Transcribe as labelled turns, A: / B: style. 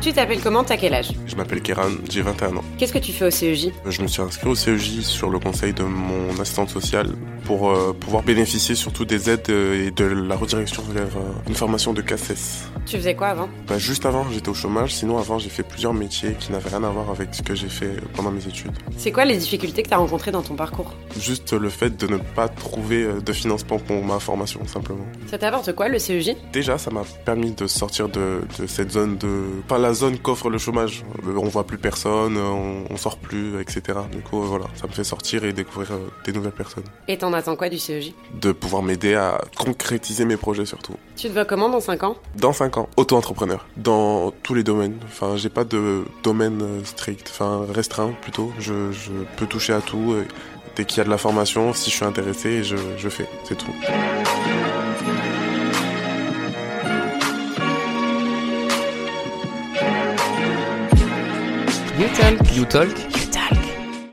A: tu t'appelles comment, t'as quel âge
B: Je m'appelle Kéran, j'ai 21 ans.
A: Qu'est-ce que tu fais au E CEJ
B: Je me suis inscrit au CEJ sur le conseil de mon assistante sociale pour euh, pouvoir bénéficier surtout des aides euh, et de la redirection vers euh, une formation de CACES.
A: Tu faisais quoi avant
B: Bah, juste avant, j'étais au chômage, sinon avant, j'ai fait plusieurs métiers qui n'avaient rien à voir avec ce que j'ai fait pendant mes études.
A: C'est quoi les difficultés que t'as rencontrées dans ton parcours
B: Juste le fait de ne pas trouver euh, de financement pour ma formation, simplement.
A: Ça t'apporte quoi, le E CEJ
B: Déjà, ça m'a permis de sortir de, de cette zone de. Pas la zone qu'offre le chômage. Euh, On voit plus personne, euh, on, on sort plus, etc. Du coup, euh, voilà, ça me fait sortir et découvrir euh, des nouvelles personnes.
A: Et t'en attends quoi du E CEJ
B: De pouvoir m'aider à concrétiser mes projets surtout.
A: Tu te vois comment dans 5 ans
B: Dans 5 ans, auto-entrepreneur. Dans tous les domaines. Enfin, j'ai pas de domaine euh, strict, enfin restreint plutôt. Je, je peux toucher à tout. euh, Dès qu'il y a de la formation, si je suis intéressé, je, je fais. C'est tout.
C: You Talk.